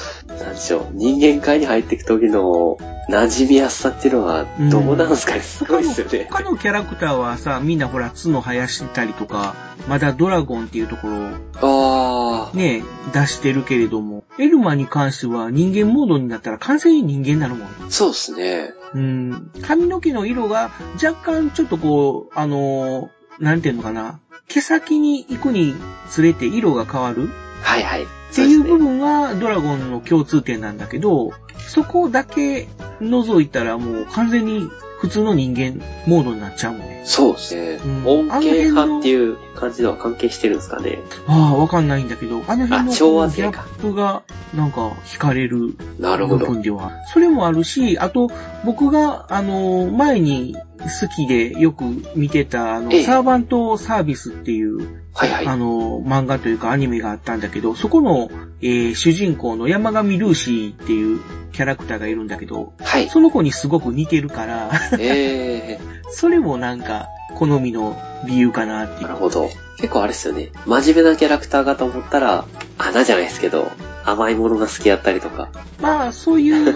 なんでしょう、人間界に入っていく時の馴染みやすさっていうのは、どうなんですかね、すご他いでのすよね。他のキャラクターはさ、みんなほら角生やしたりとか、まだドラゴンっていうところをああ、ね、出してるけれども、エルマに関しては人間モードになったら完全に人間になるもん。そうですね。うん。髪の毛の色が若干ちょっとこう、あのーなんていうのかな。毛先に行くにつれて色が変わるはいはい。っていう部分はドラゴンの共通点なんだけど、そこだけ覗いたらもう完全に普通の人間モードになっちゃうもんね。そうですね。うん恩恵派っていう感じのは関係してるんですかね。ああ、わかんないんだけど、あの辺のあ調和このギ性ャかップがなんか惹かれるなるほ部ど。分では。それもあるし、あと、僕が、あの、前に好きでよく見てた、あの、ええサーバントサービスっていう、はいはい。あの、漫画というかアニメがあったんだけど、そこの、えー主人公の山上ルーシーっていうキャラクターがいるんだけど、はい。その子にすごく似てるから、 ええそれもなんか、好みの理由かなっていなるう。ほど。結構あれですよね。真面目なキャラクターかと思ったら、穴じゃないですけど、甘いものが好きだったりとか。まあ、そういう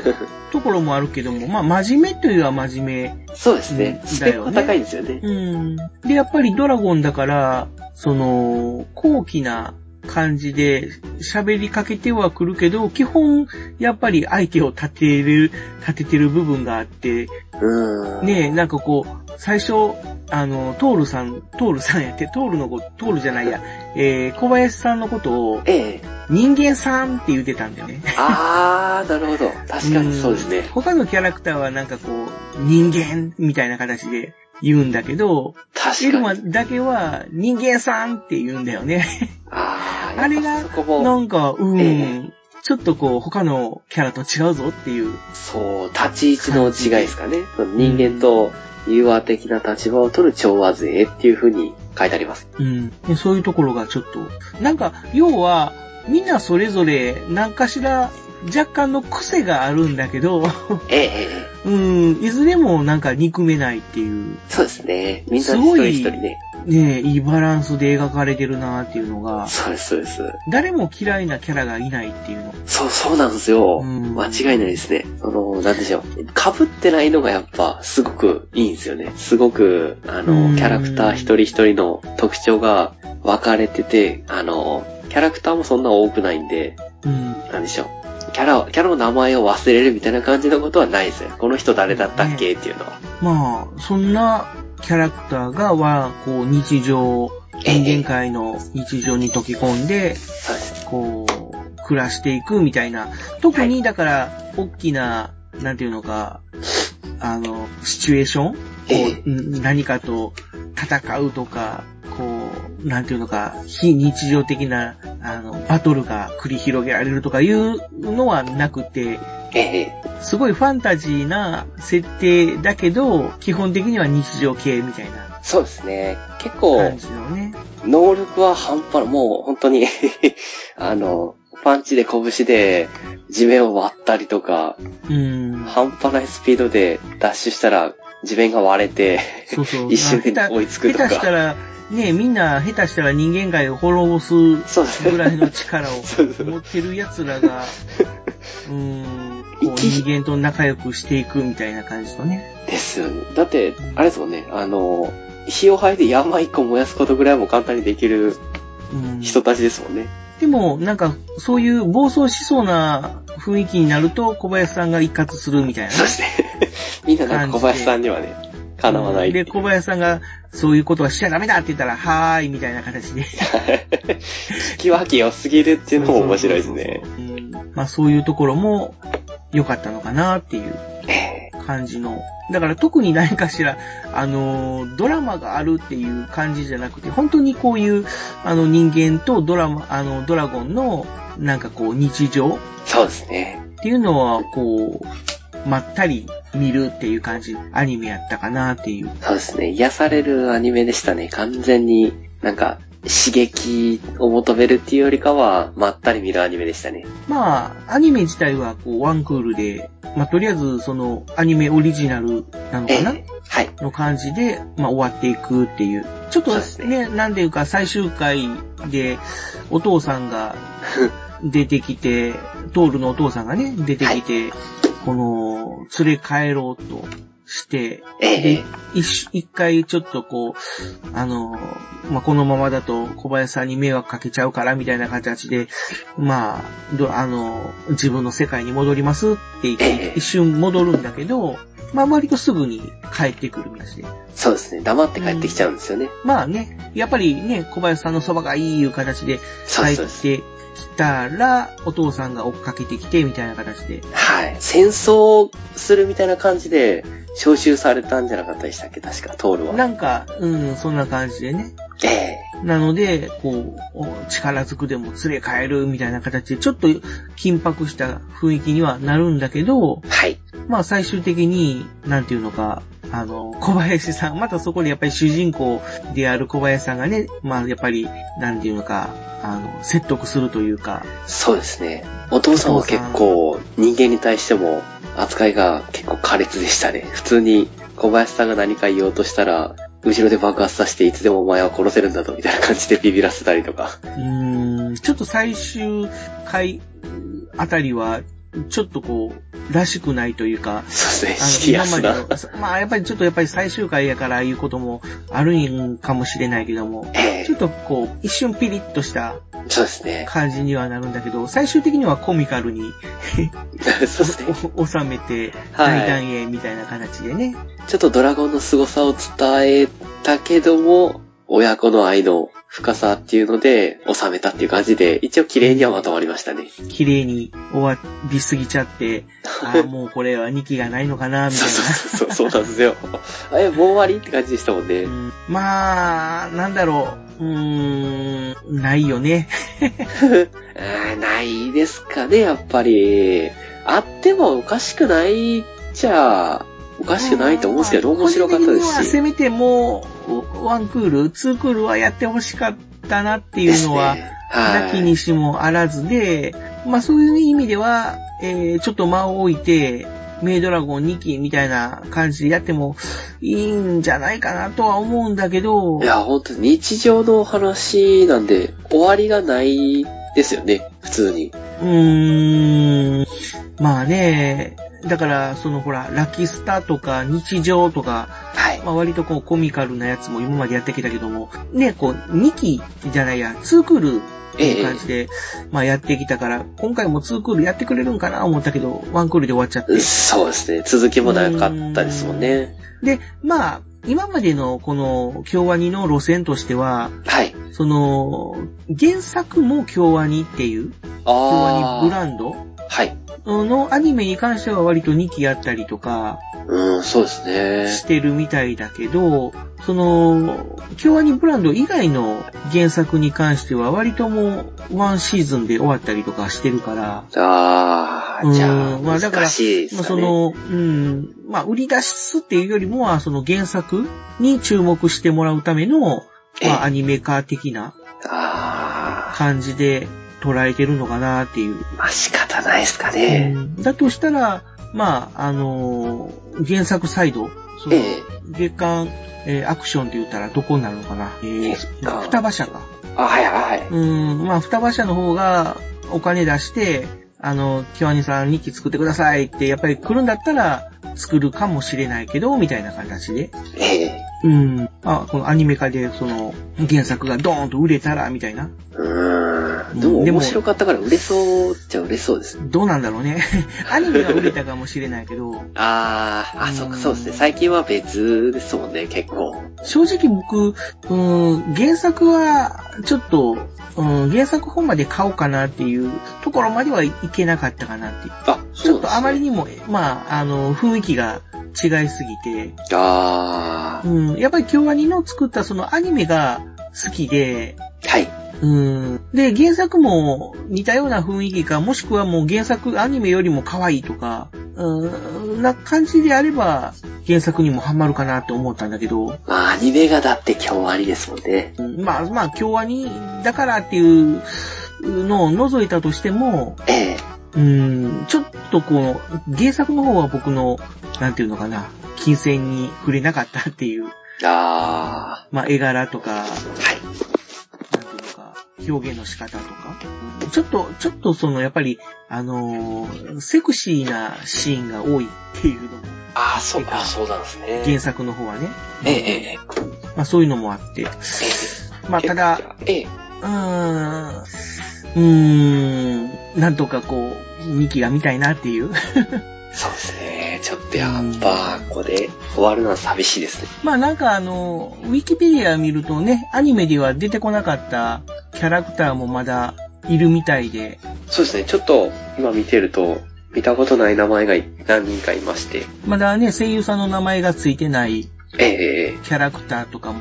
ところもあるけども、まあ、真面目というは真面目そうですね。うんスペックは高いんですよね。うん。で、やっぱりドラゴンだから、その、高貴な感じで喋りかけてはくるけど、基本、やっぱり相手を立てる、立ててる部分があって、うーん。ねえ、なんかこう、最初、あの、トールさん、トールさんやって、トールのこと、トールじゃないや、えー、小林さんのことを、ええ人間さんって言ってたんだよね。あー、なるほど。確かにそうですねん。他のキャラクターはなんかこう、人間みたいな形で言うんだけど、エ確ルかマに。だけは人間さんって言うんだよね。あー、あれがやっぱそこなも、んか、うえん。ちょっとこう、他のキャラと違うぞっていう。そう、立ち位置の違いですかね。人間と融和的な立場を取る調和勢っていう風に書いてあります。うん。でそういうところがちょっと。なんか、要は、みんなそれぞれ、何かしら、若干の癖があるんだけど、 えええええうん、いずれもなんか憎めないっていう、えそうですね。みんなす一ご人い一人ね。ねえ、いいバランスで描かれてるなっていうのが、そうです、そうです。誰も嫌いなキャラがいないっていうの。そう、そうなんですよ。うん間違いないですね。その、なんでしょう。被ってないのがやっぱ、すごくいいんですよね。すごく、あうのん、キャラクター一人一人の特徴が分かれてて、あの、キャラクターもそんな多くないんで、うん。なんでしょう。キャラ、キャラの名前を忘れるみたいな感じのことはないですよ。この人誰だったっけっていうのは。まあ、そんなキャラクターが、は、こう、日常、人間界の日常に溶け込んで、そうです。こう、暮らしていくみたいな。特に、だから、大きな、なんていうのか、あの、シチュエーションこえう、ん何かと戦うとか、こう、なんていうのか、非日常的な、あの、バトルが繰り広げられるとかいうのはなくて、ええ、すごいファンタジーな設定だけど、基本的には日常系みたいなそうですね。結構感、じのね。能力は半端ない。もう本当に、 あの、パンチで拳で地面を割ったりとか、うん。半端ないスピードでダッシュしたら地面が割れて、そうそう。一瞬でまあ追いつくとか下手下手したら、ね、みんな下手したら人間界を滅ぼすそうですぐらいの力を そうそう持ってる奴ら が、うーん、こう生き人間と仲良くしていくみたいな感じとね。ですよね。だって、あれですもんね、あの、火を吐いて山一個燃やすことぐらいも簡単にできるうん、人たちですもんね。でも、なんか、そういう暴走しそうな雰囲気になると、小林さんが一括するみたいなね。そして、 みんななんか小林さんにはね、かなわないっていで、う。小林さんが、そういうことはしちゃダメだって言ったら、はーい、みたいな形で。気は気良すぎるっていうのも面白いですね。うん。まあ、そういうところも、良かったのかなっていう感じの。だから特に何かしら、あのー、ドラマがあるっていう感じじゃなくて、本当にこういう、あの、人間とドラマ、あの、ドラゴンの、なんかこう、日常そうですね。っていうのは、こう、まったり見るっていう感じ、アニメやったかなっていう。そうですね。癒されるアニメでしたね。完全になんか刺激を求めるっていうよりかは、まったり見るアニメでしたね。まあ、アニメ自体は、こう、ワンクールで、まあ、とりあえず、その、アニメオリジナルなのかええなはい。の感じで、まあ、終わっていくっていう。ちょっそとうですねね、なんていうか、最終回で、お父さん が出てきて、トールのお父さんがね、出てきて、この、連れ帰ろうとして、ええで、一し一回ちょっとこう、あの、まあ、このままだと小林さんに迷惑かけちゃうから、みたいな形で、まあ、どあの、自分の世界に戻りますって言っええて、一瞬戻るんだけど、まあ、割とすぐに帰ってくるみたいで。そうですね。黙って帰ってきちゃうんですよね。まあね、やっぱりね、小林さんのそばがいいいう形でそう帰っですそうです。てきたら、お父さんが追っかけてきて、みたいな形で。はい。戦争するみたいな感じで、招集されたんじゃなかったでしたっけ確か、トールは。なんか、うん、そんな感じでね。ええなので、こう、お力ずくでも連れ帰るみたいな形で、ちょっと緊迫した雰囲気にはなるんだけど、はい。まあ最終的に、なんていうのか、あの、小林さん、またそこでやっぱり主人公である小林さんがね、まあやっぱり、なんていうのか、あの、説得するというか、そうですね。お父さんは結構、人間に対しても、扱いが結構苛烈でしたね。普通に、小林さんが何か言おうとしたら、後ろで爆発させて、いつでもお前は殺せるんだと、みたいな感じでビビらせたりとか。うーん、ちょっと最終回あたりは、ちょっとこう、らしくないというか、そうですね、シリあ アの、今スまでな。の、まあやっぱりちょっとやっぱり最終回やからいうこともあるんかもしれないけども、えちょっとこう、一瞬ピリッとしたえそうですね。 感じにはなるんだけど、最終的にはコミカルにそうですね。おお収めて、はい大団円みたいな形でね。ちょっとドラゴンの凄さを伝えたけども、親子の愛の深さっていうので、収めたっていう感じで、一応綺麗にはまとまりましたね。綺麗に終わりすぎちゃ って、ああ、もうこれは2期がないのかな、みたそいうな。そうそう、そうなんですよ。え、もう終わりって感じでしたもんね。うんまあ、なんだろう。うーん、ないよね。あーないですかね、やっぱり。あってもおかしくないっちゃ、おかしくないと思うんですけど、まあ面白かったで個人的にはすし。せめてもう、ワンクール、ツークールはやってほしかったなってでいうすのねは、なきにしもあらずで、まあそういう意味では、えー、ちょっと間を置いて、メイドラゴン2期みたいな感じでやってもいいんじゃないかなとは思うんだけど、いや、本当に日常の話なんで、終わりがないですよね、普通に。うーん。まあね、だから、そのほら、ラキスタとか日常とか、はい。まあ割とこうコミカルなやつも今までやってきたけども、ね、こう2期じゃないや、2クールっていう感じで、まあやってきたから、今回も2クールやってくれるんかな思ったけど、1クールで終わっちゃって。そうですね。続きもなかったですもんね。で、まあ、今までのこの京アニの路線としては、はい。その、原作も京アニっていう、京アあニブー。ランドはい。のアニメに関しては割と2期あったりとかうん、そうですね。してるみたいだけど、その、京アニブランド以外の原作に関しては割ともうワンシーズンで終わったりとかしてるから、あー、じゃあ、うんまあだから難しいですまあ、かそね。の、うん、まあ、売り出すっていうよりもは、その原作に注目してもらうための、ええまあ、アニメ化的なあ感じで捉えてるのかなっていう。ー、まあ仕方ないですかね。だとしたら、まあ、あのー原作サイド、そのええ月刊、えーアクションって言ったらどこになるのかなえー月刊双葉社か。あ、はいはいはい。うん、まあ、双葉社の方がお金出して、あの、キワニさん2期作ってくださいって、やっぱり来るんだったら作るかもしれないけど、みたいな形で。ええうん。まあ、このアニメ化で、その、原作がドーンと売れたら、みたいな。うーん。でうもんでも面白かったから売れそうっちゃ売れそうですね。どうなんだろうね。 アニメは売れたかもしれないけど、あー、あ、うんそうかそうですね。最近は別ですもんね、結構。正直僕、うん、原作は、ちょっと、うん、原作本まで買おうかなっていうところまではいけなかったかなっていう。あ、ちょそっうとあまりに。にも、まあ、あの、雰囲気が違いすぎて、あうん、やっぱり京アニの作ったそのアニメが好きで、ー、はい。うん、で、原作も似たような雰囲気か、もしくはもう原作、アニメよりも可愛いとか、うん、な感じであれば、原作にもハマるかなって思ったんだけど、まあ、アニメがだって今日ありですもんね。うんまあまあ、京アニだからっていうのを除いたとしても、ええうん、ちょっとこう、原作の方は僕の、なんていうのかな、金銭に触れなかったっていう、あまあ絵柄とか、ー、はなんい。ていうのか、表現の仕方とか、ちょっと、ちょっとその、やっぱり、あのーセクシーなシーンが多いっていうのも、あー、そうか、そうなんですね。原作の方はね、ええええまあそういうのもあって、まあただ、、ええええうーん、うーん、なんとかこう、ミキが見たいなっていう。 そうですね。ちょっとやっぱ、ここで終わるのは寂しいですね。まあなんかあの、ウィキペディア見るとね、アニメでは出てこなかったキャラクターもまだいるみたいで、そうですね。ちょっと、今見てると、見たことない名前が何人かいまして。まだね、声優さんの名前がついてないええええキャラクターとかも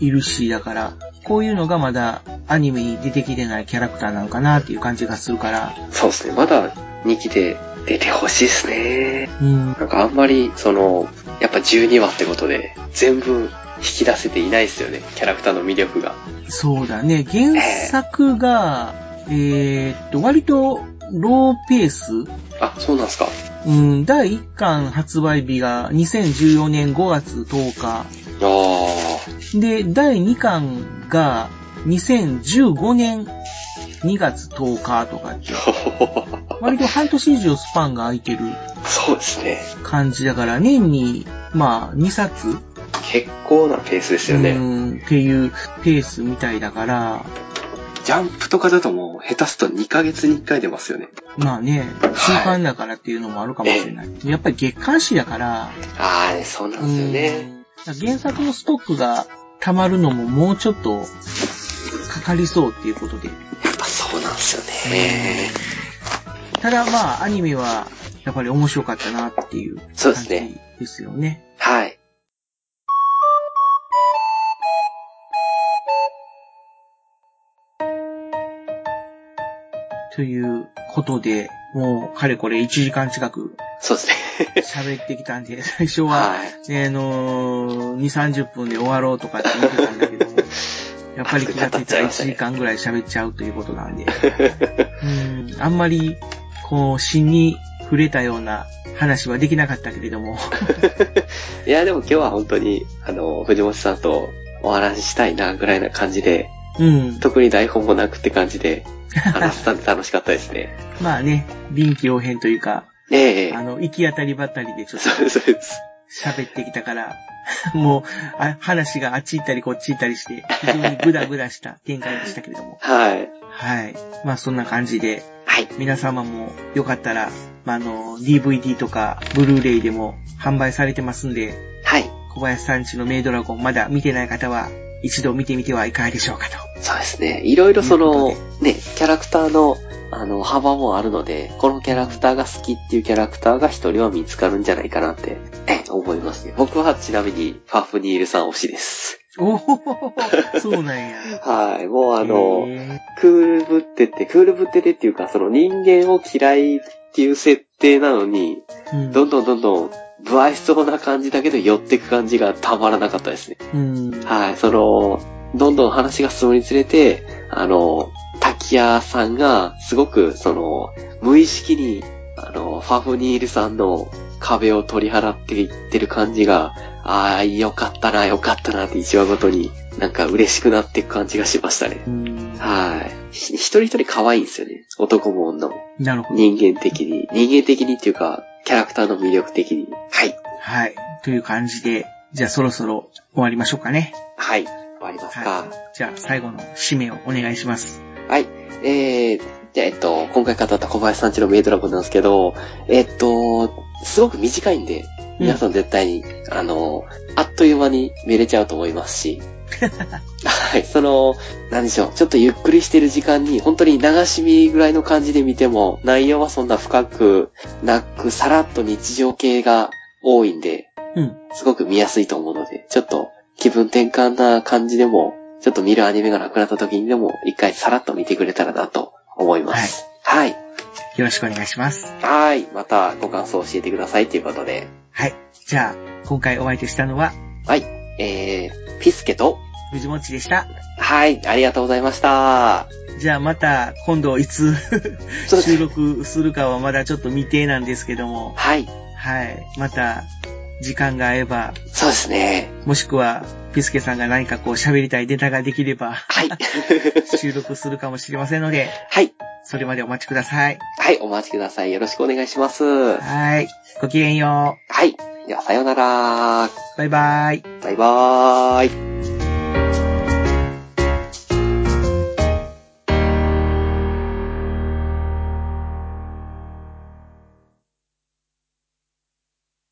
いるし、だから、こういうのがまだアニメに出てきてないキャラクターなのかなっていう感じがするから、そうですね。まだ2期で出てほしいですね。うん、なんかあんまり、その、やっぱ12話ってことで、全部引き出せていないですよね。キャラクターの魅力が。そうだね、原作が、えーっと、割とローペースあ、そうなんですか。うん、第1巻発売日が2014年5月10ああ。日。で、第2巻が2015年2月10日とかって、割と半年以上スパンが空いてる そうですね。感じだから、年に、まあ、2冊、結構なペースですよね。うん、っていうペースみたいだから、ジャンプとかだともう下手すと2ヶ月に1回出ますよね。まあね、週刊だからっていうのもあるかもしれない。やっぱり月刊誌だから、ああ、そうなんうですよね。ん原作のストックが溜まるのももうちょっとかかりそうっていうことで。やっぱそうなんですよね。ただまあ、アニメはやっぱり面白かったなっていうそう感ですじね。ですよね。はい。ということで、もうかれこれ1時間近くそうですね。喋ってきたんで、最初 は、はい。ね、あのー、2、30分で終わろうとかって言ってたんだけども、やっぱり気がついたら1時間ぐらい喋っちゃうということなんで、うん、あんまり、こう、死に触れたような話はできなかったけれども、いや、でも今日は本当に、あの、藤本さんとお話ししたいな、ぐらいな感じで、うん、特に台本もなくって感じで、 話せたんで楽しかったですね。まあね、臨機応変というか、ええあの、行き当たりばったりでちょっとそうです、そうです。喋ってきたから、 もうあ、話があっち行ったりこっち行ったりして、非常にグダグダした展開でしたけれども。はい。はい。まあそんな感じで、はい。皆様もよかったら、まあ、あの、DVD とか、ブルーレイでも販売されてますんで、はい。小林さんちのメイドラゴンまだ見てない方は、一度見てみてはいかがでしょうかと。そうですね。いろいろそのというこ、ね、キャラクターの、あの、幅もあるので、このキャラクターが好きっていうキャラクターが一人は見つかるんじゃないかなって、ええ思いますね。僕はちなみに、ファフニールさん推しです。おお、そうなんや。はい。もう あの、へクールぶってて、クールぶっててっていうか、その人間を嫌いっていう設定なのに、ー、うんどんどんどんどん、不愛想な感じだけど寄ってく感じがたまらなかったですね。うん。はい、その、どんどん話が進むにつれて、あの、滝谷さんが、すごく、その、無意識にあの、ファフニールさんの壁を取り払っていってる感じが、ああ、よかったな、よかったなって一話ごとに、なんか嬉しくなっていく感じがしましたね。はい。ひ一人一人可愛いんですよね。男も女も。なるほど。人間的に。人間的にっていうか、キャラクターの魅力的に。はい。はい。という感じで、じゃあそろそろ終わりましょうかね。はい。終わりますか。はい。じゃあ最後の締めをお願いします。はい。えー、じゃあ、えっと、今回語った小林さんちのメイドラゴンなんですけど、えっと、すごく短いんで、皆さん絶対に、あの、あっという間に見れちゃうと思います し、はい、その、何でしょう、ちょっとゆっくりしてる時間に、本当に流し見ぐらいの感じで見ても、内容はそんな深くなく、さらっと日常系が多いんで、うん。すごく見やすいと思うので、ちょっと気分転換な感じでも、ちょっと見るアニメがなくなった時にでも、一回さらっと見てくれたらなと思います。はい。よろしくお願いします。はい。またご感想を教えてくださいということで、はい。じゃあ、今回お相手したのは、はい。えー、ピスケと、藤もっちでした。はい、ありがとうございました。じゃあまた、今度いつそうです収録するかはまだちょっと未定なんですけども、はい。はい。また、時間が合えば、そうですね。もしくは、ピスケさんが何かこう喋りたいネタができれ ば、 はい。収録するかもしれませんので、はい。それまでお待ちください。はい、お待ちください。よろしくお願いします。ははい。ごきげんよい。では、さようなら。う。バイバイ。バイバーイ。